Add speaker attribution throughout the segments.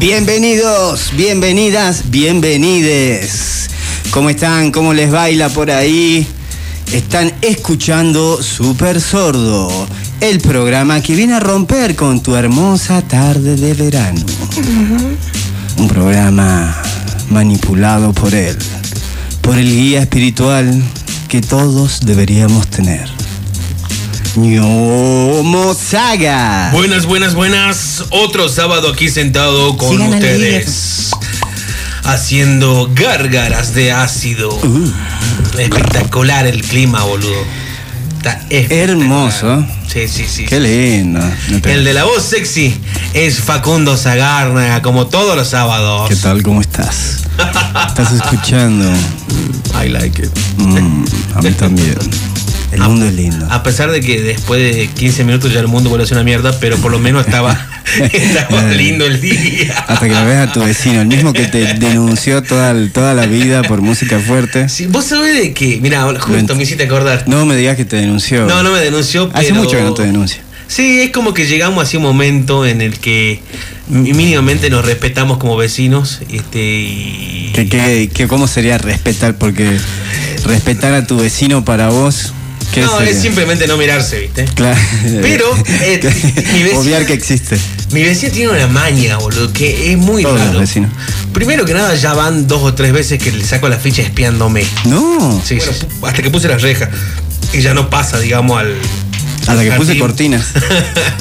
Speaker 1: Bienvenidos, bienvenidas, bienvenides. ¿Cómo están? ¿Cómo les baila por ahí? Están escuchando Super Sordo, el programa que viene a romper con tu hermosa tarde de verano. Un programa manipulado por él, por el guía espiritual que todos deberíamos tener. Ñomo Saga.
Speaker 2: Buenas, buenas, buenas. Otro sábado aquí sentado con
Speaker 3: Sigan al
Speaker 2: ustedes. Haciendo gárgaras de ácido.
Speaker 1: Uh.
Speaker 2: Espectacular el clima, boludo. Está espectacular.
Speaker 1: Hermoso.
Speaker 2: Sí, sí, sí.
Speaker 1: Qué lindo. Me pega.
Speaker 2: El de la voz sexy es Facundo Zagárnaga, como todos los sábados.
Speaker 1: ¿Qué tal? ¿Cómo estás? ¿Estás escuchando?
Speaker 2: I like it.
Speaker 1: Mm, a mí también. El
Speaker 2: A-
Speaker 1: mundo es lindo.
Speaker 2: A pesar de que después de 15 minutos ya el mundo volvió a ser una mierda, pero por lo menos estaba, estaba lindo el día.
Speaker 1: Hasta que lo veas a tu vecino, el mismo que te denunció toda, el- toda la vida por música fuerte.
Speaker 2: Sí, Vos sabés de que, mira, justo
Speaker 1: ent-
Speaker 2: me hiciste acordar.
Speaker 1: No me digas que te denunció.
Speaker 2: No, no me denunció, pero...
Speaker 1: Hace mucho que no te denuncia.
Speaker 2: Sí, es como que llegamos hacia un momento en el que m- mínimamente nos respetamos como vecinos. Este, y...
Speaker 1: Que, que- que ¿Cómo sería respetar? Porque respetar a tu vecino para vos. ¿qué
Speaker 2: No,
Speaker 1: sería?
Speaker 2: es simplemente no mirarse, ¿viste?
Speaker 1: Claro.
Speaker 2: Pero, eh, mi vecino-
Speaker 1: Obviar que existe.
Speaker 2: Mi vecino tiene una maña, boludo, que es muy
Speaker 1: Todos los
Speaker 2: raro.
Speaker 1: vecinos.
Speaker 2: Primero que nada, ya van dos o tres veces que le saco la ficha espiándome.
Speaker 1: No.
Speaker 2: Sí, sí, sí. hasta que puse las rejas. Y ya no pasa, digamos, al.
Speaker 1: Hasta que
Speaker 2: al
Speaker 1: puse
Speaker 2: jardín.
Speaker 1: cortinas.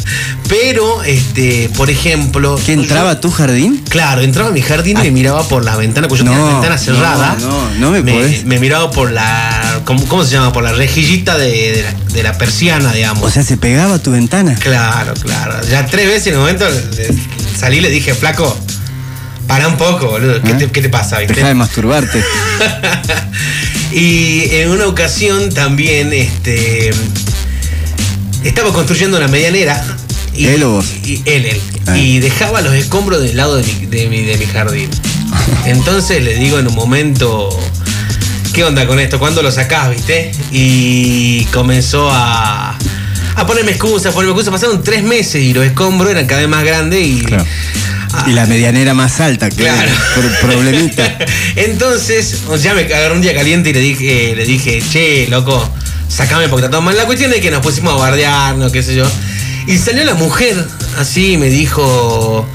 Speaker 2: Pero, este, por ejemplo.
Speaker 1: ¿Que entraba a tu jardín?
Speaker 2: Claro, entraba a mi jardín y me miraba por la ventana, porque yo tenía
Speaker 1: Ah. No,
Speaker 2: la ventana cerrada.
Speaker 1: no, no, no me podés.
Speaker 2: Me miraba por la. ¿Cómo, cómo se llama? Por la rejillita de, de la, de la persiana, digamos.
Speaker 1: O sea, se pegaba a tu ventana.
Speaker 2: claro, claro. Ya tres veces en el momento le- le- salí y le dije, flaco, para un poco, boludo. ¿Qué,
Speaker 1: ¿Eh?
Speaker 2: te, qué te pasa, viste?
Speaker 1: Deja de masturbarte.
Speaker 2: Y en una ocasión también, este. Estaba construyendo una medianera. Y,
Speaker 1: ¿Él o vos?
Speaker 2: Y, él, él.
Speaker 1: Ah.
Speaker 2: Y dejaba los escombros del lado de mi, de mi- de mi jardín. Entonces le digo en un momento. ¿Qué onda con esto? ¿Cuándo lo sacás, viste? Y comenzó a. A ponerme excusas, a ponerme excusas. Pasaron tres meses y los escombros eran cada vez más grandes y.
Speaker 1: Claro.
Speaker 2: Ah.
Speaker 1: Y la medianera más alta, que
Speaker 2: Claro.
Speaker 1: por problemita.
Speaker 2: Entonces, ya me agarré un día caliente y le dije, eh, le dije, che, loco, sacame porque está todo mal. La cuestión es que nos pusimos a bardearnos, qué sé yo. Y salió la mujer así y me dijo,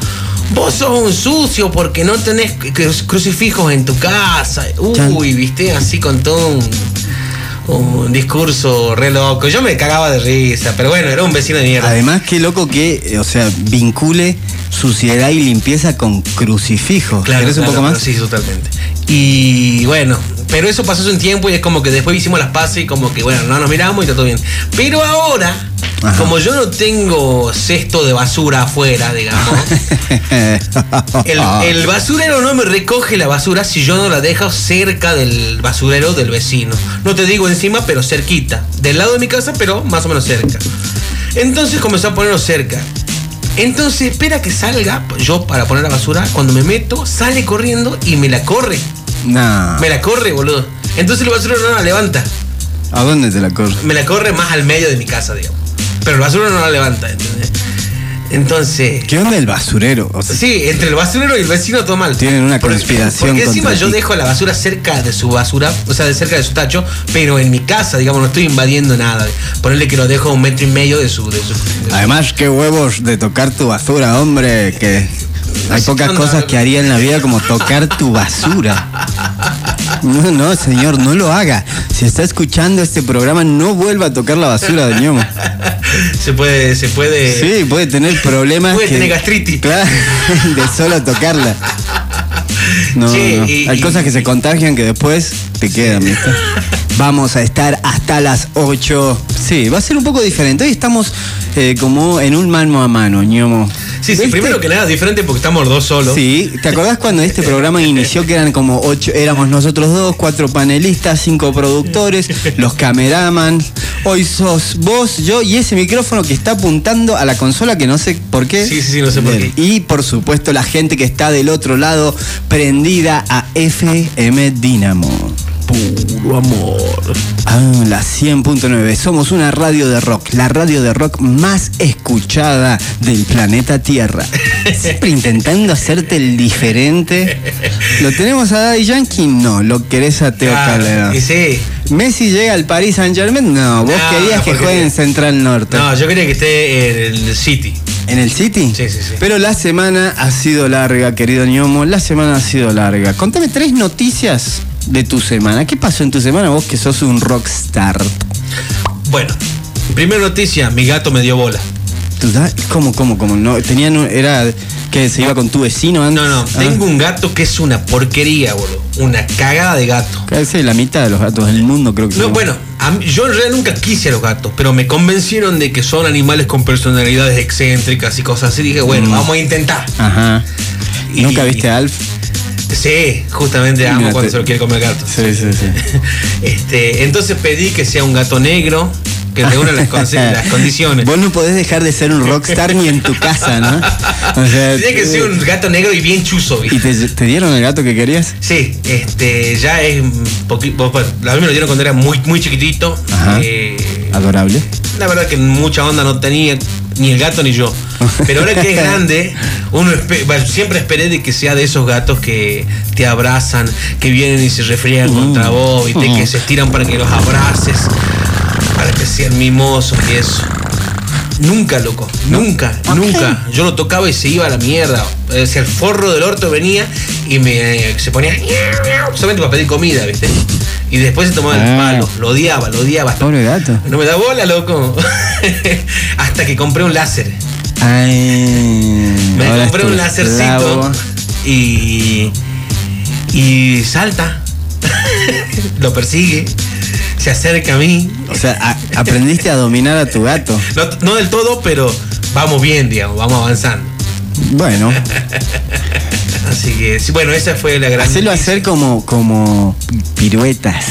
Speaker 2: vos sos un sucio porque no tenés cru- crucifijos en tu casa. Uy, viste, así con todo un... un discurso re loco. Yo me cagaba de risa, pero bueno, era un vecino de mierda.
Speaker 1: Además, qué loco que, eh, o sea, vincule suciedad y limpieza con crucifijos. ¿Querés un poco más?
Speaker 2: Sí, totalmente. Y bueno, pero eso pasó hace un tiempo y es como que después hicimos las pases y como que bueno, no nos miramos y está todo bien. Pero ahora,
Speaker 1: Ajá.
Speaker 2: como yo no tengo cesto de basura afuera, digamos, el,
Speaker 1: Ah.
Speaker 2: el basurero no me recoge la basura si yo no la dejo cerca del basurero del vecino. No te digo encima, pero cerquita. Del lado de mi casa, pero más o menos cerca. Entonces comenzó a ponerlo cerca. Entonces espera que salga yo para poner la basura. Cuando me meto, sale corriendo y me la corre.
Speaker 1: Nah.
Speaker 2: Me la corre, boludo. Entonces el basurero no la levanta.
Speaker 1: ¿A dónde te la corro?
Speaker 2: Me la corre más al medio de mi casa, digamos. Pero el basurero no la levanta, ¿entendés? Entonces...
Speaker 1: ¿Qué onda el basurero? O sea,
Speaker 2: Sí, entre el basurero y el vecino todo mal.
Speaker 1: Tienen una
Speaker 2: Porque-
Speaker 1: conspiración
Speaker 2: Porque encima
Speaker 1: contra
Speaker 2: yo
Speaker 1: ti.
Speaker 2: dejo la basura cerca de su basura, o sea, de cerca de su tacho, pero en mi casa, digamos, no estoy invadiendo nada. Ponerle que lo dejo a un metro y medio de su. De su de su-
Speaker 1: Además, qué huevos de tocar tu basura, hombre. Que hay
Speaker 2: Así
Speaker 1: pocas
Speaker 2: anda.
Speaker 1: cosas que haría en la vida como tocar tu basura. No, no, señor, no lo haga. Si está escuchando este programa, no vuelva a tocar la basura de ñomo.
Speaker 2: se puede. Se puede
Speaker 1: Ah. Sí, puede tener problemas.
Speaker 2: Puede
Speaker 1: que-
Speaker 2: tener gastritis.
Speaker 1: Claro, de solo tocarla. No,
Speaker 2: Sí,
Speaker 1: no.
Speaker 2: y-
Speaker 1: hay
Speaker 2: y-
Speaker 1: cosas que se contagian que después te quedan, ¿viste? Vamos a estar hasta las 8. Sí, va a ser un poco diferente. Hoy estamos eh, como en un mano a mano, ñomo.
Speaker 2: Sí, sí,
Speaker 1: ¿Viste?
Speaker 2: primero que nada, diferente porque estamos los dos solos.
Speaker 1: Sí, ¿te acordás cuando este programa inició que eran como ocho, éramos nosotros dos, cuatro panelistas, cinco productores, los cameraman? Hoy sos vos, yo y ese micrófono que está apuntando a la consola que no sé por qué.
Speaker 2: Sí, sí, sí, no sé por qué.
Speaker 1: Y por supuesto la gente que está del otro lado prendida a FM Dynamo. puro amor. Ah, la 100.9. Somos una radio de rock, la radio de rock más escuchada del planeta Tierra. Siempre intentando hacerte el diferente. ¿Lo tenemos a Daddy Yankee? No, lo querés a Teo
Speaker 2: Claro,
Speaker 1: Calderón.
Speaker 2: Ah, y sí.
Speaker 1: ¿Messi llega al Paris Saint Germain? No, vos
Speaker 2: No,
Speaker 1: querías
Speaker 2: no,
Speaker 1: que
Speaker 2: porque-
Speaker 1: juegue en Central Norte.
Speaker 2: No, yo quería que esté en el City.
Speaker 1: ¿En el City?
Speaker 2: Sí, sí, sí.
Speaker 1: Pero la semana ha sido larga, querido Ñomo. La semana ha sido larga. Contame tres noticias de tu semana. ¿Qué pasó en tu semana vos que sos un rockstar?
Speaker 2: Bueno, primera noticia, mi gato me dio bola.
Speaker 1: ¿Tú da- ¿Cómo, cómo, cómo? No, tenían un- era que se iba con tu vecino antes.
Speaker 2: No, no,
Speaker 1: Ah.
Speaker 2: tengo un gato que es una porquería, boludo. Una cagada de gato.
Speaker 1: Casi la mitad de los gatos del mundo creo que
Speaker 2: No,
Speaker 1: son.
Speaker 2: bueno, a mí- yo en realidad nunca quise a los gatos, pero me convencieron de que son animales con personalidades excéntricas y cosas así. Dije, bueno,
Speaker 1: Mm.
Speaker 2: vamos a intentar.
Speaker 1: Ajá.
Speaker 2: Y-
Speaker 1: ¿Nunca viste a Alf?
Speaker 2: Sí, justamente amo
Speaker 1: Mira,
Speaker 2: cuando
Speaker 1: te-
Speaker 2: se lo quiere comer el gato.
Speaker 1: Sí, sí, sí.
Speaker 2: Este, entonces pedí que sea un gato negro, que reúna las, con- las condiciones.
Speaker 1: Vos no podés dejar de ser un rockstar ni en tu casa, ¿no? O sea, eh,
Speaker 2: Tenía que ser un gato negro y bien chuzo,
Speaker 1: ¿Y
Speaker 2: ¿viste?
Speaker 1: te, te dieron el gato que querías?
Speaker 2: Sí, este, ya es poquito. A mí me lo dieron cuando era muy, muy chiquitito.
Speaker 1: Ajá.
Speaker 2: Eh,
Speaker 1: Adorable.
Speaker 2: La verdad que mucha onda no tenía ni el gato ni yo. Pero ahora que es grande, uno espe- bueno, siempre esperé de que sea de esos gatos que te abrazan, que vienen y se refriegan
Speaker 1: Mm.
Speaker 2: contra vos, ¿viste? que se estiran para que los abraces, para que sean mimosos y eso. Nunca, loco, nunca,
Speaker 1: ¿Por
Speaker 2: nunca. Yo lo tocaba y se iba a la mierda. O sea, el forro del orto venía y me eh, se ponía "Miau, miau", solamente para pedir comida, ¿viste? Y después se tomaba el
Speaker 1: Ah.
Speaker 2: palo, lo odiaba, lo odiaba. hasta-
Speaker 1: Pobre gato.
Speaker 2: no me da bola, loco. Hasta que compré un láser.
Speaker 1: Ay,
Speaker 2: Me
Speaker 1: ahora
Speaker 2: compré
Speaker 1: es tu
Speaker 2: un lásercito
Speaker 1: esclavo.
Speaker 2: y. Y salta. Lo persigue. Se acerca a mí.
Speaker 1: O sea, a- aprendiste a dominar a tu gato.
Speaker 2: No, no del todo, pero vamos bien, digamos, vamos avanzando.
Speaker 1: Bueno,
Speaker 2: Así que, sí, bueno, esa fue la gran.
Speaker 1: hacerlo
Speaker 2: noticia.
Speaker 1: hacer como, como piruetas.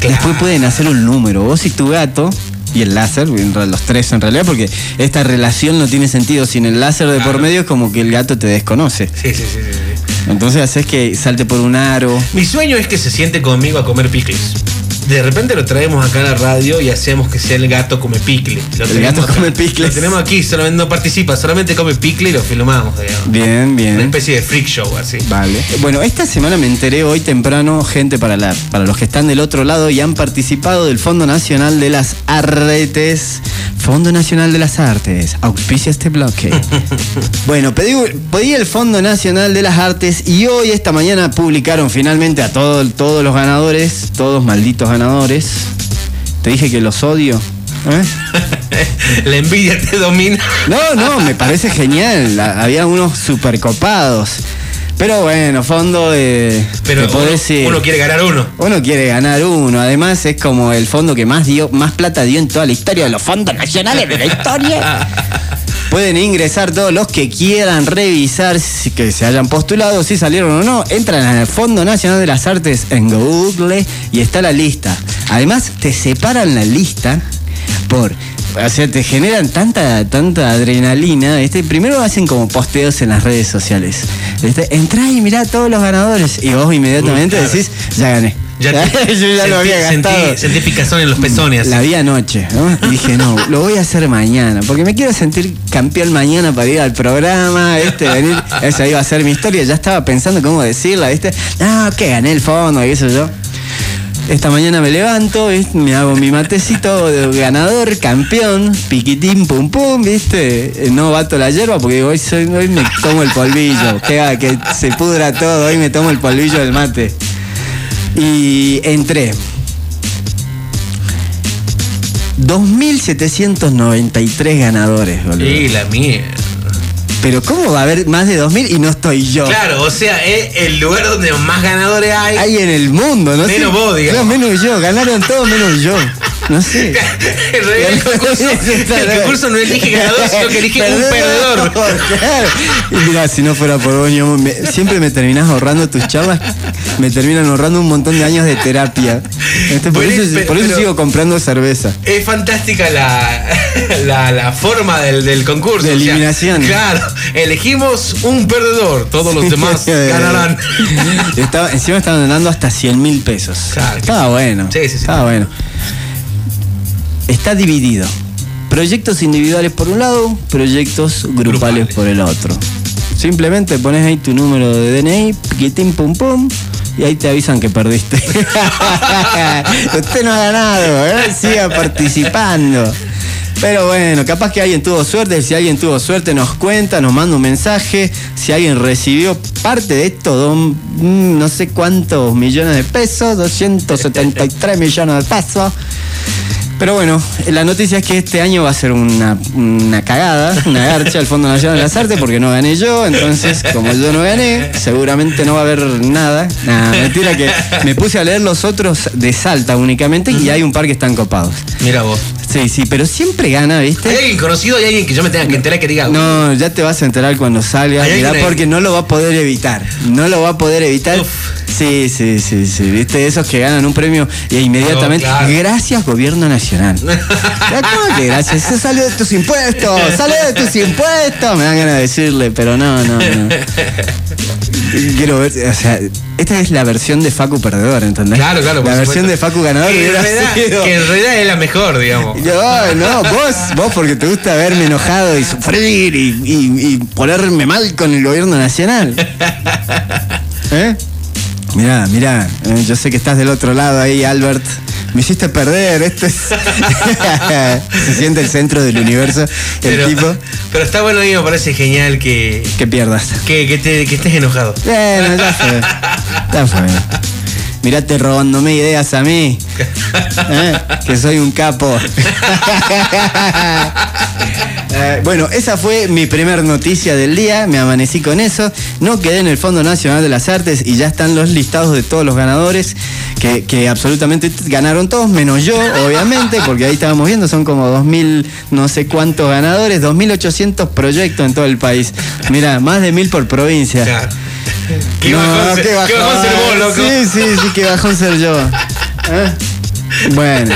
Speaker 2: Claro.
Speaker 1: Después pueden hacer un número. Vos y tu gato y el láser, en re- los tres en realidad, porque esta relación no tiene sentido sin el láser de
Speaker 2: Claro.
Speaker 1: por medio, es como que el gato te desconoce.
Speaker 2: Sí, sí, sí, sí, sí.
Speaker 1: Entonces haces que salte por un aro.
Speaker 2: Mi sueño es que se siente conmigo a comer picles. De repente lo traemos acá a la radio y hacemos que sea el gato come picle. Lo
Speaker 1: El
Speaker 2: tenemos
Speaker 1: gato
Speaker 2: acá.
Speaker 1: come picles.
Speaker 2: Lo tenemos aquí, solamente no participa, solamente come picle y lo filmamos, digamos.
Speaker 1: Bien,
Speaker 2: Una
Speaker 1: bien.
Speaker 2: especie de freak show así.
Speaker 1: Vale. Bueno, esta semana me enteré hoy temprano, gente, para, la, para los que están del otro lado y han participado del Fondo Nacional de las Artes. Fondo Nacional de las Artes, auspicia este bloque. bueno, pedí, pedí el Fondo Nacional de las Artes y hoy, esta mañana, publicaron finalmente a todo- todos los ganadores, todos malditos ganadores. Te dije que los odio. ¿eh?
Speaker 2: la envidia te domina.
Speaker 1: No, no, me parece genial. La- Había unos super copados. Pero bueno, fondo eh,
Speaker 2: Pero
Speaker 1: te
Speaker 2: uno,
Speaker 1: puedo decir,
Speaker 2: uno quiere ganar uno.
Speaker 1: uno quiere ganar uno. Además es como el fondo que más dio, más plata dio en toda la historia de los fondos nacionales de la historia. Pueden ingresar todos los que quieran revisar si, que se hayan postulado, si salieron o no. Entran al Fondo Nacional de las Artes en Google y está la lista. Además, te separan la lista por. O sea, te generan tanta, tanta adrenalina. Este, primero hacen como posteos en las redes sociales. Este, entrá y mirá todos los ganadores. Y vos inmediatamente
Speaker 2: Uh, claro.
Speaker 1: decís, ya gané.
Speaker 2: Ya te-
Speaker 1: Yo ya lo
Speaker 2: sentí-
Speaker 1: había
Speaker 2: sentí-
Speaker 1: gastado.
Speaker 2: Sentí picazón en los pezones.
Speaker 1: La vi anoche, ¿no? Y dije, no, lo voy a hacer mañana, porque me quiero sentir campeón mañana para ir al programa, ¿viste? Venir, esa iba a ser mi historia, ya estaba pensando cómo decirla, ¿viste? No, que gané el fondo, y eso yo. Esta mañana me levanto, ¿viste? me hago mi matecito de ganador, campeón, piquitín, pum pum, ¿viste? Eh, No bato la hierba porque hoy, soy, hoy me tomo el polvillo, que, ah, que se pudra todo, hoy me tomo el polvillo del mate. Y entré. 2.793 ganadores, boludo.
Speaker 2: Y la mierda.
Speaker 1: Pero ¿cómo va a haber más de 2.000 y no estoy yo?
Speaker 2: Claro, o sea, es el lugar donde más ganadores hay.
Speaker 1: Hay en el mundo, ¿no?
Speaker 2: Menos
Speaker 1: sé.
Speaker 2: vos, digamos.
Speaker 1: No, menos yo. Ganaron todos menos yo. No sé.
Speaker 2: En realidad el concurso, el concurso no elige ganador, sino que elige un perdedor.
Speaker 1: Claro. Y mira, si no fuera por vos, yo me- siempre me terminás ahorrando tus charlas, me terminan ahorrando un montón de años de terapia. Este, por, eso,
Speaker 2: Bueno, pero-
Speaker 1: por eso
Speaker 2: pero-
Speaker 1: sigo comprando cerveza.
Speaker 2: Es fantástica la, la, la forma del, del concurso.
Speaker 1: De
Speaker 2: o sea,
Speaker 1: eliminación.
Speaker 2: claro, elegimos un perdedor, todos los demás
Speaker 1: Eh,
Speaker 2: ganarán.
Speaker 1: estaba- encima estaban donando hasta 100 mil pesos.
Speaker 2: Claro.
Speaker 1: Estaba bueno.
Speaker 2: Sí, sí, sí.
Speaker 1: Estaba bueno. Está dividido. Proyectos individuales por un lado, proyectos grupales,
Speaker 2: Grupales.
Speaker 1: por el otro. Simplemente pones ahí tu número de DNI, piquitín pum pum, y ahí te avisan que perdiste. Usted no ha ganado, ¿eh? siga participando. Pero bueno, capaz que alguien tuvo suerte, si alguien tuvo suerte nos cuenta, nos manda un mensaje, si alguien recibió parte de esto, don- mm, no sé cuántos millones de pesos, 273 millones de pesos. Pero bueno, la noticia es que este año va a ser una, una cagada, una garcha al Fondo Nacional de las Artes porque no gané yo, entonces como yo no gané, seguramente no va a haber nada. Nada, mentira que me puse a leer los otros de Salta únicamente y hay un par que están copados.
Speaker 2: Mira vos.
Speaker 1: Sí, sí, pero siempre gana,
Speaker 2: ¿Hay
Speaker 1: ¿viste?
Speaker 2: alguien conocido y alguien que yo me tenga que enterar que diga,
Speaker 1: No, ya te vas a enterar cuando salga,
Speaker 2: Hay
Speaker 1: mirá,
Speaker 2: alguien ahí.
Speaker 1: porque no lo va a poder evitar. No lo va a poder evitar.
Speaker 2: Uf.
Speaker 1: Sí, sí, sí, sí. Viste, esos que ganan un premio e inmediatamente.
Speaker 2: No, claro.
Speaker 1: Gracias, gobierno nacional. ¿Cómo que gracias? Eso salió de tus impuestos, salió de tus impuestos. Me dan ganas de decirle, pero no, no, no. Quiero ver, o sea, esta es la versión de Facu perdedor, ¿entendés?
Speaker 2: Claro, claro, por
Speaker 1: La versión
Speaker 2: supuesto.
Speaker 1: de Facu ganador
Speaker 2: que en,
Speaker 1: hubiera
Speaker 2: realidad,
Speaker 1: sido.
Speaker 2: que en realidad es la mejor, digamos.
Speaker 1: No, no, vos, vos porque te gusta verme enojado y sufrir y, y- y ponerme mal con el gobierno nacional. ¿Eh? Mirá, mirá, eh, yo sé que estás del otro lado ahí, Albert. Me hiciste perder, esto es... Se siente el centro del universo, el
Speaker 2: Pero,
Speaker 1: tipo
Speaker 2: pero está bueno y me parece genial que,
Speaker 1: que pierdas.
Speaker 2: que, que te- que estés enojado.
Speaker 1: Bueno, ya fue. Ya fue. Mirate robándome ideas a mí. ¿Eh? Que soy un capo. Eh, bueno, esa fue mi primer noticia del día. Me amanecí con eso. No quedé en el Fondo Nacional de las Artes y ya están los listados de todos los ganadores. Que, que absolutamente ganaron todos, menos yo, obviamente, porque ahí estábamos viendo, son como 2.000, no sé cuántos ganadores, 2.800 proyectos en todo el país. Mira, más de 1.000 por provincia.
Speaker 2: Claro. Qué
Speaker 1: No,
Speaker 2: bajón ser-
Speaker 1: qué
Speaker 2: qué bajón ser vos, loco.
Speaker 1: Sí, sí, sí, qué bajón ser yo. ¿Eh? Bueno.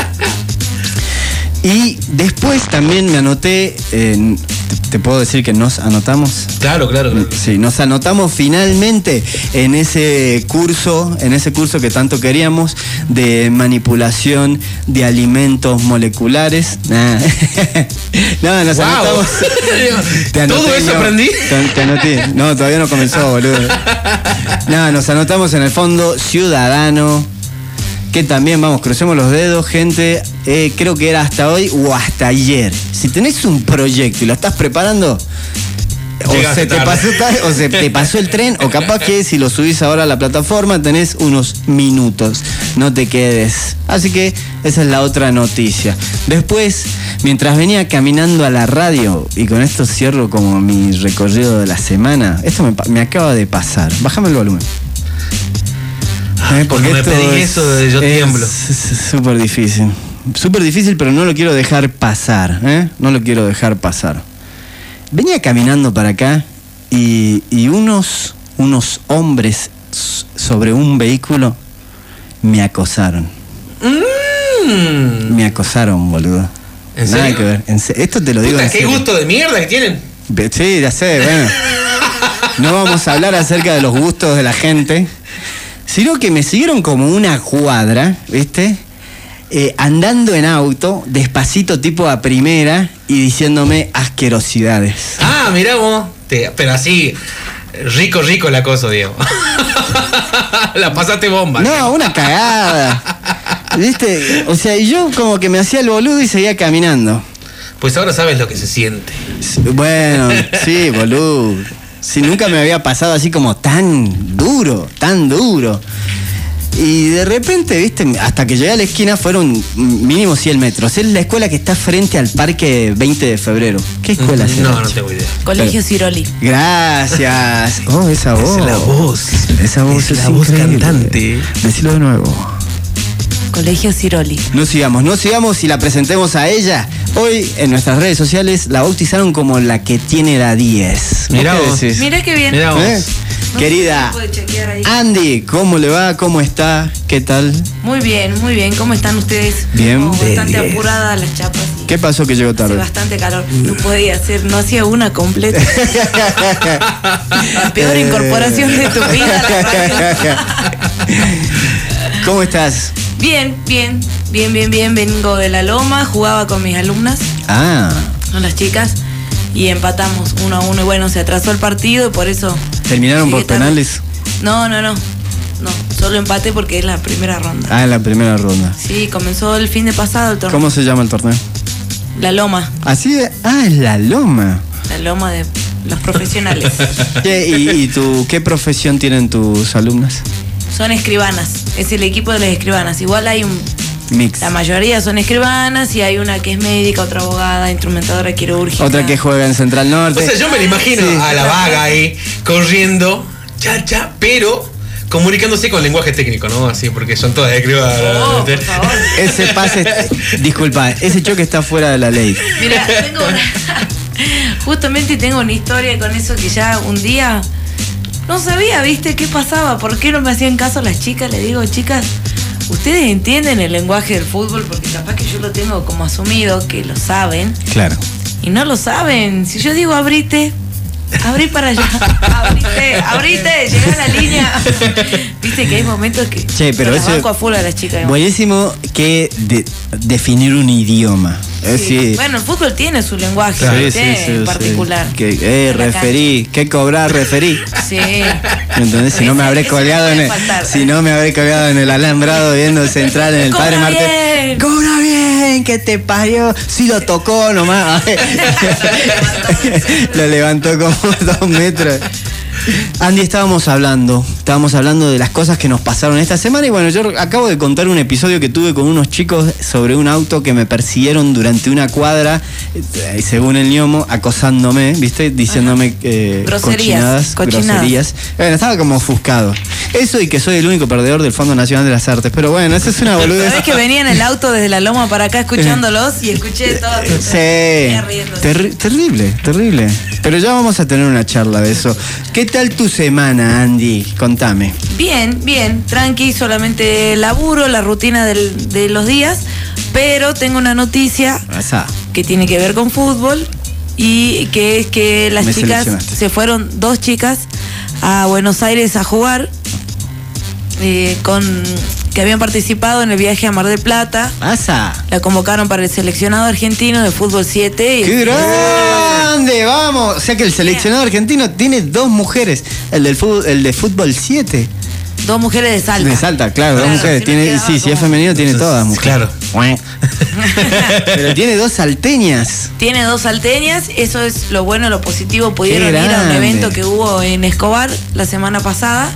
Speaker 1: Y después también me anoté, en- te- te puedo decir que nos anotamos.
Speaker 2: Claro, claro. claro.
Speaker 1: Sí, nos anotamos finalmente en ese curso, en ese curso que tanto queríamos de manipulación de alimentos moleculares. Nah. no, nos
Speaker 2: Wow.
Speaker 1: anotamos.
Speaker 2: Todo eso
Speaker 1: yo.
Speaker 2: aprendí.
Speaker 1: Te, te anoté. No, todavía no comenzó, boludo. No, nos anotamos en el fondo Ciudadano. Que también, vamos, crucemos los dedos, gente. Eh, creo que era hasta hoy o hasta ayer. Si tenés un proyecto y lo estás preparando, o
Speaker 2: Llegaste
Speaker 1: se, te
Speaker 2: tarde.
Speaker 1: pasó, tarde, o se te pasó el tren, o capaz que si lo subís ahora a la plataforma tenés unos minutos. No te quedes. Así que esa es la otra noticia. Después, mientras venía caminando a la radio, y con esto cierro como mi recorrido de la semana, esto me, pa- me acaba de pasar. Bájame el volumen. Eh,
Speaker 2: Ah, Cuando me pedí eso, yo tiemblo.
Speaker 1: es- es Súper difícil. Súper difícil, pero no lo quiero dejar pasar. ¿eh? No lo quiero dejar pasar. Venía caminando para acá y, y unos, unos hombres s- sobre un vehículo me acosaron.
Speaker 2: Mm.
Speaker 1: Me acosaron, boludo.
Speaker 2: ¿En
Speaker 1: Nada
Speaker 2: serio?
Speaker 1: que ver. En se- Esto te lo digo
Speaker 2: Puta,
Speaker 1: en
Speaker 2: qué
Speaker 1: serio.
Speaker 2: gusto de mierda que tienen.
Speaker 1: Ve- Sí, ya sé, bueno. No vamos a hablar acerca de los gustos de la gente, sino que me siguieron como una cuadra, ¿viste? Eh, andando en auto, despacito tipo a primera y diciéndome asquerosidades.
Speaker 2: Ah, mirá vos. Te- pero así, rico, rico el acoso, Diego. la pasaste bomba.
Speaker 1: No, una cagada. ¿Viste? O sea, y yo como que me hacía el boludo y seguía caminando.
Speaker 2: Pues ahora sabes lo que se siente.
Speaker 1: Bueno, sí, boludo. Si nunca me había pasado así como tan duro, tan duro. Y de repente, viste, hasta que llegué a la esquina fueron mínimo 100 metros. Es la escuela que está frente al parque 20 de febrero. ¿Qué escuela será?
Speaker 2: No, no tengo idea.
Speaker 1: Pero-
Speaker 3: Colegio Ciroli.
Speaker 1: Gracias. Oh, esa voz.
Speaker 2: Es la voz.
Speaker 1: Esa voz
Speaker 2: Es
Speaker 1: es
Speaker 2: la voz
Speaker 1: increíble.
Speaker 2: cantante.
Speaker 1: Decilo de nuevo.
Speaker 3: Colegio Ciroli.
Speaker 1: No sigamos, no sigamos y la presentemos a ella. Hoy en nuestras redes sociales la bautizaron como la que tiene la 10. ¿Vos
Speaker 2: Mirá
Speaker 1: qué
Speaker 2: vos.
Speaker 1: decís?
Speaker 3: Mira qué bien.
Speaker 2: Mirá vos.
Speaker 1: ¿Eh?
Speaker 3: No sé
Speaker 1: Querida
Speaker 3: si se puede chequear ahí.
Speaker 1: Andy, ¿cómo le va? ¿Cómo está? ¿Qué tal?
Speaker 3: Muy bien, muy bien. ¿Cómo están ustedes?
Speaker 1: Bien.
Speaker 3: Como bastante
Speaker 1: Bien.
Speaker 3: apuradas las chapas.
Speaker 1: ¿Qué pasó que llegó
Speaker 3: Hace
Speaker 1: tarde?
Speaker 3: bastante calor. No podía hacer, no hacía una completa. La
Speaker 1: Eh.
Speaker 3: peor incorporación de tu vida. a la radio.
Speaker 1: ¿Cómo estás?
Speaker 3: Bien, bien, bien, bien, bien. Vengo de la Loma, jugaba con mis alumnas,
Speaker 1: Ah,
Speaker 3: con las chicas, y empatamos uno a uno. Y bueno, se atrasó el partido y por eso.
Speaker 1: ¿terminaron por
Speaker 3: llegué tarde.
Speaker 1: penales?
Speaker 3: No, no, no. No, solo empate porque es la primera ronda.
Speaker 1: Ah, en la primera ronda.
Speaker 3: Sí, comenzó el fin de pasado el torneo.
Speaker 1: ¿Cómo se llama el torneo?
Speaker 3: La Loma,
Speaker 1: Así de. Ah, es la loma.
Speaker 3: la Loma de los profesionales.
Speaker 1: Che, ¿Y, y tú, qué profesión tienen tus alumnas?
Speaker 3: Son escribanas, es el equipo de las escribanas. Igual hay un
Speaker 1: Mix.
Speaker 3: La mayoría son escribanas y hay una que es médica, otra abogada, instrumentadora quirúrgica.
Speaker 1: Otra que juega en Central
Speaker 2: O
Speaker 1: Norte.
Speaker 2: sea, yo me la imagino a la vaga ahí, corriendo, cha, cha, pero comunicándose con lenguaje técnico, ¿no? Así, porque son todas escribadas.
Speaker 3: Oh, por favor.
Speaker 1: Ese pase, disculpa, ese choque está fuera de la ley.
Speaker 3: Mira, tengo una. Justamente tengo una historia con eso que ya un día no sabía, ¿viste? ¿Qué pasaba? ¿Por qué no me hacían caso las chicas? Le digo, chicas, ¿ustedes entienden el lenguaje del fútbol? Porque capaz que yo lo tengo como asumido, que lo saben.
Speaker 1: Claro.
Speaker 3: Y no lo saben. Si yo digo abrite, abrí para allá. Abrite, abrite, llega a la línea. Viste que hay momentos que
Speaker 1: Che, pero
Speaker 3: se las
Speaker 1: eso-
Speaker 3: banco a full a las chicas.
Speaker 1: Buenísimo que de- definir un idioma. Es
Speaker 3: Sí.
Speaker 1: decir,
Speaker 3: Bueno, el fútbol tiene su lenguaje
Speaker 2: Claro.
Speaker 1: eh, sí,
Speaker 3: ¿viste?
Speaker 1: sí, sí, sí.
Speaker 3: en particular.
Speaker 1: Que, eh,
Speaker 3: En la
Speaker 1: referí, que cobrar, referí.
Speaker 3: cancha. Sí.
Speaker 1: ¿Me entendés? Si no me
Speaker 3: Ese-
Speaker 1: habré
Speaker 3: ese
Speaker 1: colgado
Speaker 3: no
Speaker 1: en
Speaker 3: puede
Speaker 1: el,
Speaker 3: faltar.
Speaker 1: si no me habré colgado en el alambrado viendo central en el
Speaker 3: ¡Cobra
Speaker 1: padre Marte.
Speaker 3: bien!
Speaker 1: ¡Cobra bien! ¡Que te parió! Si lo tocó nomás. lo levantó como dos metros. Andy, estábamos hablando, estábamos hablando de las cosas que nos pasaron esta semana y bueno, yo acabo de contar un episodio que tuve con unos chicos sobre un auto que me persiguieron durante una cuadra, eh, según el ñomo, acosándome, ¿viste? Diciéndome eh,
Speaker 3: Groserías,
Speaker 1: cochinadas,
Speaker 3: cochinadas.
Speaker 1: groserías. Bueno, estaba como ofuscado. Eso y que soy el único perdedor del Fondo Nacional de las Artes, pero bueno, esa es una boludez.
Speaker 3: Sabés que venía en el auto desde la loma para acá escuchándolos y escuché todo.
Speaker 1: Sí, Terri- terrible, terrible. Pero ya vamos a tener una charla de eso. ¿Qué tal tu semana, Andy? Contame.
Speaker 3: Bien, bien, tranqui, solamente laburo, la rutina del- de los días, pero tengo una noticia
Speaker 1: Esa.
Speaker 3: que tiene que ver con fútbol y que es que las
Speaker 1: Me
Speaker 3: chicas
Speaker 1: seleccionaste.
Speaker 3: se fueron dos chicas a Buenos Aires a jugar eh, con que habían participado en el viaje a Mar del Plata.
Speaker 1: ¡Asa!
Speaker 3: La convocaron para el seleccionado argentino de fútbol 7. y-
Speaker 1: ¡Qué grande! ¡Vamos! O sea que el seleccionado argentino tiene dos mujeres. El del fútbol, el de fútbol 7.
Speaker 3: Dos mujeres de Salta.
Speaker 1: De Salta, claro, dos
Speaker 3: Claro,
Speaker 1: mujeres.
Speaker 3: si no
Speaker 1: tiene,
Speaker 3: quedaba
Speaker 1: sí, si es
Speaker 3: como-
Speaker 1: femenino tiene todas mujeres.
Speaker 2: Claro.
Speaker 1: Claro. Pero tiene dos salteñas.
Speaker 3: Tiene dos salteñas, eso es lo bueno, lo positivo. Pudieron
Speaker 1: Qué
Speaker 3: ir a un
Speaker 1: grande.
Speaker 3: evento que hubo en Escobar la semana pasada,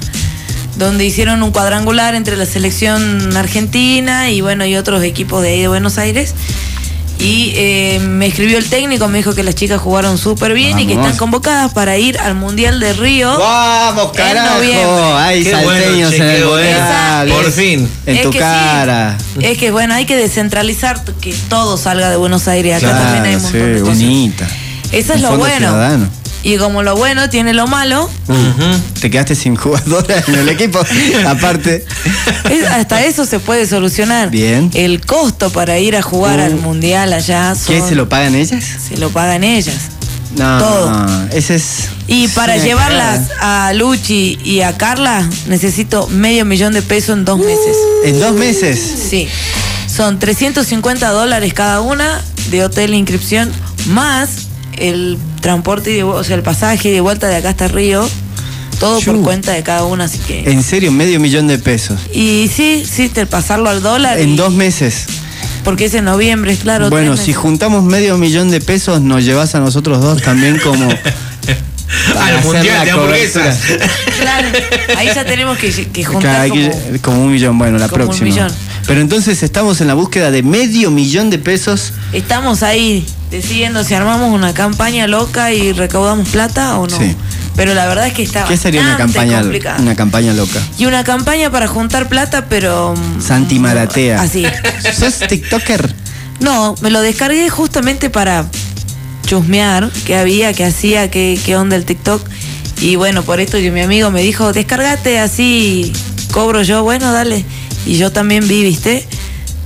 Speaker 3: donde hicieron un cuadrangular entre la selección argentina y bueno, y otros equipos de ahí de Buenos Aires. Y eh, me escribió el técnico, me dijo que las chicas jugaron súper bien y que
Speaker 1: Vamos.
Speaker 3: están convocadas para ir al Mundial de Río.
Speaker 1: ¡Vamos,
Speaker 3: noviembre.
Speaker 1: carajo! Hay
Speaker 2: Qué bueno,
Speaker 1: salteños
Speaker 2: che,
Speaker 1: en
Speaker 2: qué
Speaker 1: el
Speaker 2: bueno.
Speaker 1: Boreal.
Speaker 2: Por fin.
Speaker 1: En
Speaker 3: Es
Speaker 1: tu
Speaker 3: que sí.
Speaker 1: cara.
Speaker 3: Es que bueno, hay que descentralizar que todo salga de Buenos Aires. Acá
Speaker 1: Claro,
Speaker 3: también hay un montón de
Speaker 1: sí,
Speaker 3: cosas.
Speaker 1: bonita.
Speaker 3: Eso es
Speaker 1: Un
Speaker 3: lo
Speaker 1: fondo
Speaker 3: bueno.
Speaker 1: ciudadano.
Speaker 3: Y como lo bueno tiene lo malo,
Speaker 1: Uh.
Speaker 2: Ujú.
Speaker 1: Te quedaste sin jugadora en el equipo. Aparte.
Speaker 3: Es- hasta eso se puede solucionar.
Speaker 1: Bien.
Speaker 3: El costo para ir a jugar
Speaker 1: Uh.
Speaker 3: al mundial allá son-
Speaker 1: ¿Qué se lo pagan ellas?
Speaker 3: se lo pagan ellas.
Speaker 1: No,
Speaker 3: Todo.
Speaker 1: no, ese es.
Speaker 3: Y
Speaker 1: es
Speaker 3: para
Speaker 1: una
Speaker 3: llevarlas
Speaker 1: cagada.
Speaker 3: a Luchi y a Carla necesito medio millón de pesos en
Speaker 1: Uh.
Speaker 3: dos meses.
Speaker 1: En dos meses.
Speaker 3: Sí. Son 350 dólares cada una de hotel e inscripción más el transporte y de vu- o sea, el pasaje y de vuelta de acá hasta Río. Todo
Speaker 1: Chu.
Speaker 3: por cuenta de cada una, así que.
Speaker 1: En serio, medio millón de pesos.
Speaker 3: Y sí, sí, te- pasarlo al dólar.
Speaker 1: En
Speaker 3: y-
Speaker 1: dos meses.
Speaker 3: Porque es en noviembre, claro.
Speaker 1: bueno,
Speaker 3: tres
Speaker 1: si
Speaker 3: meses.
Speaker 1: juntamos medio millón de pesos, nos llevas a nosotros dos también como. para
Speaker 2: Al
Speaker 1: hacer
Speaker 2: mundial
Speaker 1: la
Speaker 2: de hamburguesas.
Speaker 1: cobertura.
Speaker 3: Claro, ahí ya tenemos que, que juntar
Speaker 1: Claro, hay que-
Speaker 3: como-
Speaker 1: como, un millón, bueno, la
Speaker 3: como un
Speaker 1: próxima.
Speaker 3: millón.
Speaker 1: Pero entonces estamos en la búsqueda de medio millón de pesos.
Speaker 3: Estamos ahí decidiendo si armamos una campaña loca y recaudamos plata o no.
Speaker 1: Sí.
Speaker 3: Pero la verdad es que está
Speaker 1: ¿Qué sería una
Speaker 3: bastante
Speaker 1: campaña,
Speaker 3: complicada.
Speaker 1: una campaña loca?
Speaker 3: Y una campaña para juntar plata, pero... mm,
Speaker 1: Santi Maratea.
Speaker 3: Así.
Speaker 1: ¿Sos TikToker?
Speaker 3: No, me lo descargué justamente para chusmear qué había, qué hacía, qué, qué onda el TikTok. Y bueno, por esto yo, mi amigo me dijo, descargate así, cobro yo, bueno, dale. Y yo también vi, viste.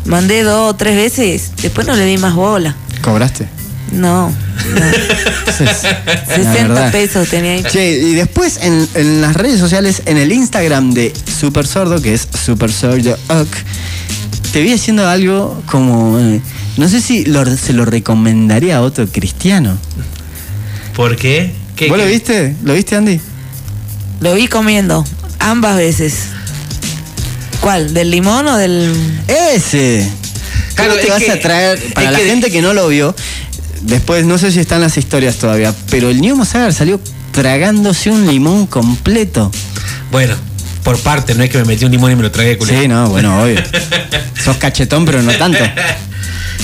Speaker 3: Mandé dos o tres veces, después no le di más bola.
Speaker 1: ¿Cobraste?
Speaker 3: No, no.
Speaker 1: Entonces, la
Speaker 3: 60
Speaker 1: verdad.
Speaker 3: pesos tenía ahí.
Speaker 1: Che, y después en, en las redes sociales, en el Instagram de Super Sordo, que es Super Sordo Oc, te vi haciendo algo como. eh, no sé si lo- se lo recomendaría a otro cristiano.
Speaker 2: ¿Por qué? ¿Qué-
Speaker 1: ¿Vos lo
Speaker 2: qué?
Speaker 1: viste? ¿Lo viste, Andy?
Speaker 3: Lo vi comiendo, ambas veces. ¿Cuál? ¿Del limón o del...?
Speaker 1: Ese. Claro,
Speaker 2: Claro,
Speaker 1: te
Speaker 2: es
Speaker 1: vas
Speaker 2: que-
Speaker 1: a traer.
Speaker 2: es
Speaker 1: Para la
Speaker 2: que-
Speaker 1: gente que no lo vio, después no sé si están las historias todavía, pero el New Mozagar salió tragándose un limón completo.
Speaker 2: Bueno, por parte, no es que me metí un limón y me lo tragué, culé.
Speaker 1: Sí, no, bueno, obvio. Sos cachetón, pero no tanto.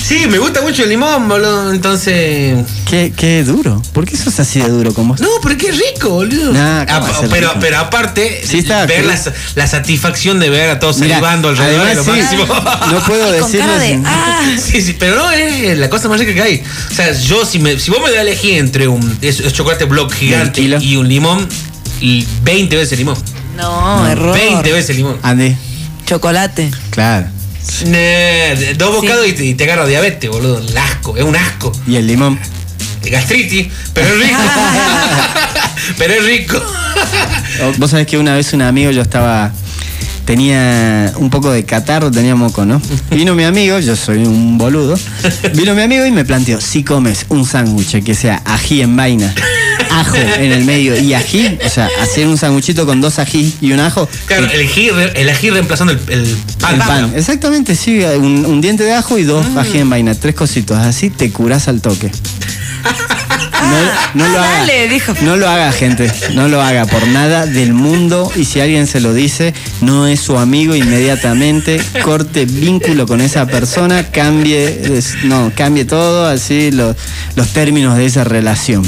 Speaker 2: Sí, me gusta mucho el limón, boludo. Entonces.
Speaker 1: Qué, qué duro. ¿por qué sos así de duro como vos?
Speaker 2: No, pero qué rico, boludo.
Speaker 1: Nah, ¿cómo va a
Speaker 2: Ah,
Speaker 1: ser
Speaker 2: pero,
Speaker 1: rico?
Speaker 2: pero aparte,
Speaker 1: Sí, está,
Speaker 2: ver
Speaker 1: sí.
Speaker 2: la, la satisfacción de ver a todos
Speaker 1: Mirá,
Speaker 2: salivando alrededor de lo
Speaker 1: además, sí,
Speaker 2: máximo.
Speaker 1: No puedo
Speaker 3: Y con
Speaker 1: decirlo.
Speaker 3: cara de,
Speaker 1: sin-
Speaker 3: "Ah".
Speaker 2: Sí, sí, pero no es la cosa más rica que hay. O sea, yo, si, me, si vos me das a elegir entre un es- es chocolate block gigante
Speaker 1: kilo.
Speaker 2: y un limón, y 20 veces el limón.
Speaker 3: No, error.
Speaker 2: 20 veces el limón.
Speaker 1: Andy,
Speaker 3: Chocolate.
Speaker 1: claro.
Speaker 2: Nah, dos bocados y, te, y te agarra diabetes, boludo. El asco, es un asco.
Speaker 1: Y el limón.
Speaker 2: Gastritis, pero es rico. pero es rico.
Speaker 1: O- Vos sabés que una vez un amigo yo estaba. Tenía un poco de catarro, tenía moco, ¿no? Vino mi amigo, yo soy un boludo. Vino mi amigo y me planteó: si comes un sándwich que sea ají en vaina, ajo en el medio y ají, o sea, hacer un sándwichito con dos ají y un ajo.
Speaker 2: Claro, el ají, re- el ají reemplazando el, el pan.
Speaker 1: El pan, exactamente, sí, un, un diente de ajo y dos ají en vaina, tres cositos, así te curás al toque. No, no
Speaker 3: ah,
Speaker 1: lo haga.
Speaker 3: dale, dijo.
Speaker 1: No lo haga, gente. No lo haga por nada del mundo. Y si alguien se lo dice, no es su amigo inmediatamente. Corte vínculo con esa persona, cambie, es- no, cambie todo, así lo- los términos de esa relación.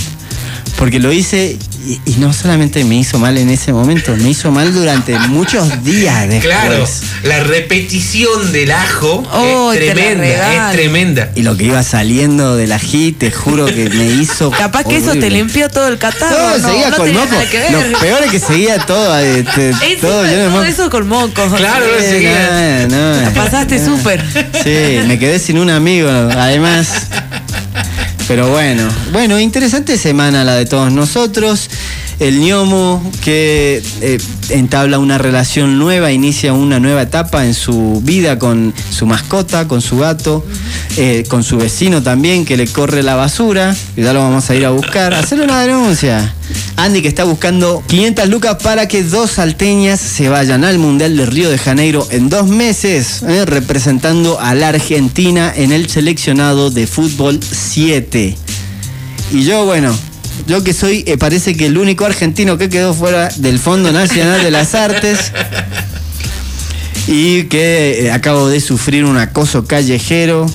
Speaker 1: Porque lo hice y, y no solamente me hizo mal en ese momento, me hizo mal durante muchos días después.
Speaker 2: Claro, la repetición del ajo
Speaker 3: Oh,
Speaker 2: es
Speaker 3: te la
Speaker 2: tremenda, es
Speaker 3: regalo.
Speaker 2: tremenda.
Speaker 1: Y lo que iba saliendo del ají, te juro que me hizo.
Speaker 3: Capaz que eso te
Speaker 1: horrible.
Speaker 3: limpió todo el catarro.
Speaker 1: No,
Speaker 3: No,
Speaker 1: seguía
Speaker 3: no
Speaker 1: con
Speaker 3: tenía
Speaker 1: moco.
Speaker 3: nada que ver.
Speaker 1: Lo peor es que seguía todo, eh, te-
Speaker 3: Encima
Speaker 1: todo
Speaker 3: de
Speaker 1: lleno de
Speaker 3: todo
Speaker 1: moco.
Speaker 3: eso con moco.
Speaker 2: Claro, no
Speaker 1: Eh,
Speaker 2: seguía.
Speaker 1: no, no.
Speaker 3: La pasaste súper.
Speaker 1: Sí, me quedé sin un amigo, además. Pero bueno, bueno, interesante semana la de todos nosotros. El ñomo que eh, entabla una relación nueva, inicia una nueva etapa en su vida con su mascota, con su gato, eh, con su vecino también que le corre la basura. Y ya lo vamos a ir a buscar. Hacerle una denuncia. Andy que está buscando 500 lucas para que dos salteñas se vayan al Mundial de Río de Janeiro en dos meses, eh, representando a la Argentina en el seleccionado de fútbol 7. Y yo, bueno, yo que soy, eh, parece que el único argentino que quedó fuera del Fondo Nacional de las Artes y que eh, acabo de sufrir un acoso callejero.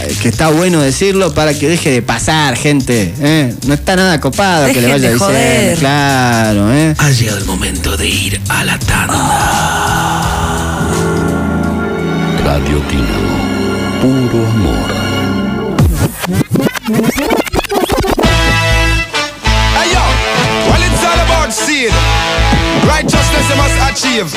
Speaker 1: eh, Que está bueno decirlo para que deje de pasar, gente. ¿eh? No está nada copado que le
Speaker 3: Dejen
Speaker 1: vaya
Speaker 3: de
Speaker 1: diciendo.
Speaker 3: joder.
Speaker 1: Claro, ¿eh?
Speaker 2: Ha llegado el momento de ir a la tanda.
Speaker 4: Radio Dinamo, puro amor.
Speaker 5: Hey yo, well it's all about seed. Righteousness they must achieve.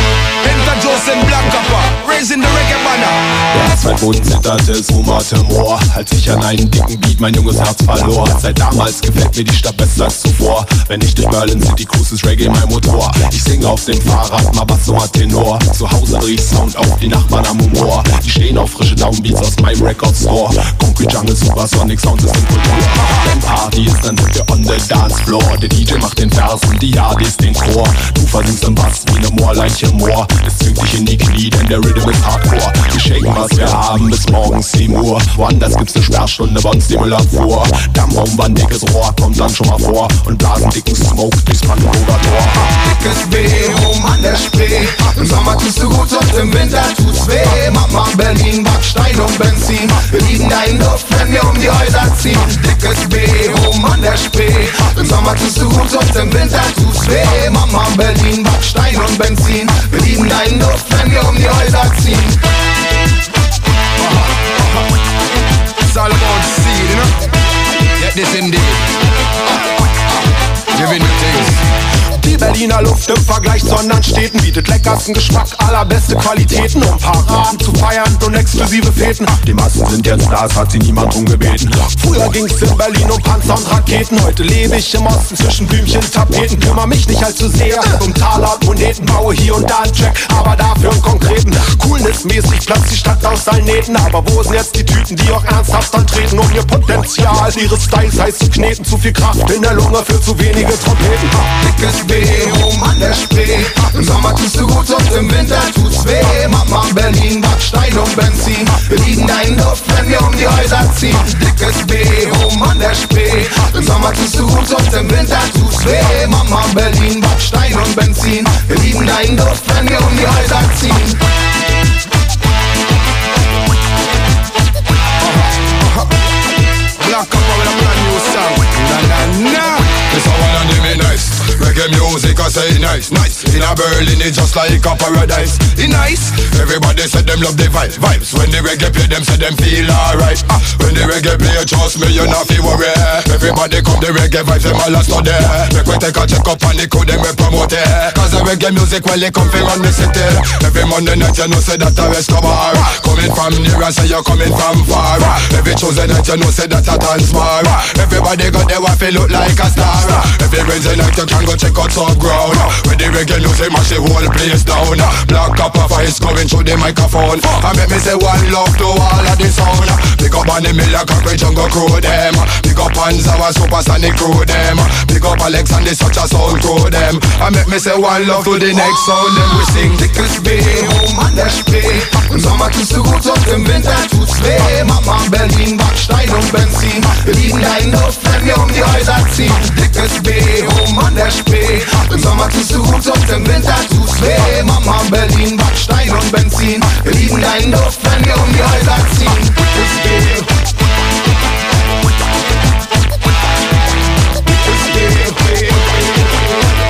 Speaker 5: Penta Joseph Black Copper, raising the reggae banner.
Speaker 6: Erst mein Bund zitterte, so Martin Moore Als ich Halt an einen dicken Beat mein junges Herz verlor Seit damals gefällt mir die Stadt besser als zuvor Wenn ich durch Berlin City cruise, ist Reggae mein Motor Ich singe auf dem Fahrrad, mal Basso hat Tenor Zu Hause riech Sound auf die Nachbarn am Humor Die stehen auf frische Downbeats aus meinem Record Store Concrete Jungle, Supersonic Sound ist in Kultur Wenn Party ist, dann sind wir on the dance floor Der DJ macht den Vers und die ADs den Chor Du versinkst im Bass wie ne Moorleiche Moor Es zwingt dich in die Knie, denn der Rhythm ist Hardcore Wir shaken was wir wir haben bis morgens 7 Uhr. Woanders gibt's ne Sperrstunde bei uns die Müllabfuhr. Dammraum war ein dickes Rohr, kommt dann schon mal vor und blasen dicken Smoke durchs Brandenburger Tor.
Speaker 5: Dickes B oben an der Spree. Im Sommer tust du gut und im Winter tut's weh. Mama Berlin, Backstein und Benzin. Wir lieben deinen Duft, wenn wir um die Häuser ziehen. Dickes B oben an der Spree. Im Sommer tust du gut und im Winter tut's weh. Mama Berlin, Backstein und Benzin. Wir lieben deinen Duft, wenn wir um die Häuser ziehen. It's all about seed, you know? Yeah, this indeed. Living the things.
Speaker 6: Die Berliner Luft im Vergleich zu anderen Städten bietet leckersten Geschmack, allerbeste Qualitäten, um Paraden zu feiern und exklusive Fäden. Die Massen sind jetzt da, es hat sie niemand umgebeten. Früher ging's in Berlin um Panzer und Raketen, heute lebe ich im Osten zwischen Blümchen und Tapeten. Kümmer mich nicht allzu sehr um Taler und Moneten, baue hier und da einen Track, aber dafür einen konkreten. Coolnessmäßig platzt die Stadt aus seinen Nähten, aber wo sind jetzt die Tüten, die auch ernsthaft antreten, um ihr Potenzial, ihre Styles heiß zu kneten? Zu viel Kraft in der Lunge für zu wenige Trompeten.
Speaker 5: Dickes B oben an der Spree. Im Sommer tust du gut und im Winter tut's weh. Mama Berlin, Backstein und Benzin. Wir lieben deinen Duft, wenn wir um die Häuser ziehen. Dickes B oben an der Spree. Im Sommer tust du gut und im Winter tut's weh. Mama Berlin, Backstein und Benzin. Wir lieben deinen Duft, wenn wir um die Häuser ziehen. Black up with a brand new sound. Na na na.
Speaker 6: It's a one and them nice Reggae music I say nice, nice In a Berlin it's just like a paradise It nice Everybody said them love the vibe, vibes When the reggae play them say them feel alright ah, When the reggae play trust me you not feel worry Everybody come the reggae vibes them all last today Make we take a check up on the code them we promote it Cause the reggae music well it come from the city Every Monday night you know say that a rest bar Coming from near and say you coming from far Every Tuesday night you know say that a dance bar Everybody got their wife look like a star Every Wednesday night you can go check out Subground With Oh, the reggae music mash the whole place down Black up of ice coming through the microphone I make me say one love to all of the sound Big up on the Miller Capri Jungle crew them Big up on Zawa Supersonic crew them Big up Alex and the such a sound crew them I make me say one love to the next sound them we sing
Speaker 5: Dickes B oben an der Spree. Im Sommer tust du gut und im Winter tut's weh. Mama Berlin, Backstein und Benzin. Wir lieben deinen Duft, wenn wir um die Häuser ziehen. Dickes B oben an der Spree. Im Sommer tust du gut und im Winter tut's weh. Mama Berlin, Backstein und Benzin. Wir lieben deinen Duft, wenn wir um die Häuser ziehen. Dickes B. Dickes B.